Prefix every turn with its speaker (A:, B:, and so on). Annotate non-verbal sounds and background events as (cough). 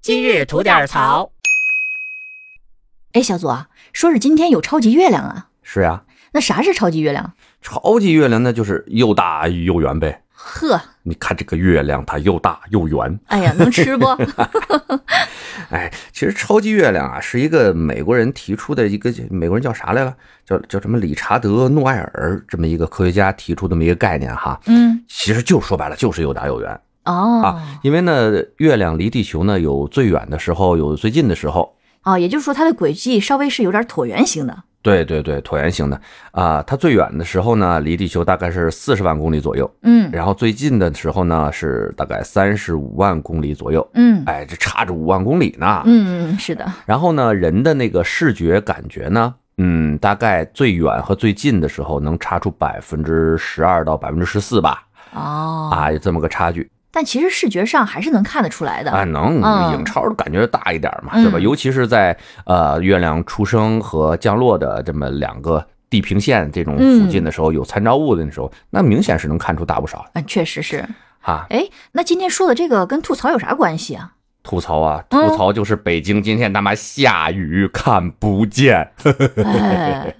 A: 今日吐点槽。
B: 哎，小左，说是今天有超级月亮啊？
C: 是呀、
B: 那啥是超级月亮？
C: 超级月亮那就是又大又圆呗。
B: 呵，
C: 你看这个月亮，它又大又圆。
B: 哎呀，能吃不？
C: 哎，其实超级月亮啊，是一个美国人提出的一个美国人叫啥来了？叫叫什么理查德·诺埃尔这么一个科学家提出这么一个概念哈。
B: (laughs) 嗯，
C: 其实就说白了，就是又大又圆
B: 哦，
C: 啊。因为呢，月亮离地球呢有最远的时候，有最近的时候。
B: 哦，也就是说它的轨迹稍微是有点椭圆形的。
C: 对对对，椭圆形的啊、它最远的时候呢，离地球大概是四十万公里左右。
B: 嗯
C: 然后最近的时候呢，是大概三十五万公里左右。
B: 嗯
C: 哎，这差着五万公里呢。
B: 嗯，是的，
C: 然后呢，人的那个视觉感觉呢，嗯，大概最远和最近的时候能差出百分之十二到百分之十四吧，
B: 哦，
C: 啊，有这么个差距
B: 但其实视觉上还是能看得出来
C: 啊，
B: 的。
C: 能
B: 嗯
C: 影超感觉大一点嘛，对吧？
B: 嗯
C: 尤其是在呃月亮出生和降落的这么两个地平线这种
B: 嗯
C: 附近的时候，有参照物的时候，那明显是能看出大不少
B: 嗯，确实是。
C: 啊。
B: 哎，那今天说的这个跟吐槽有啥关系啊？ (laughs)
C: 吐槽啊，
B: 嗯
C: 吐槽就是北京今天他妈下雨看不见，
B: 哎，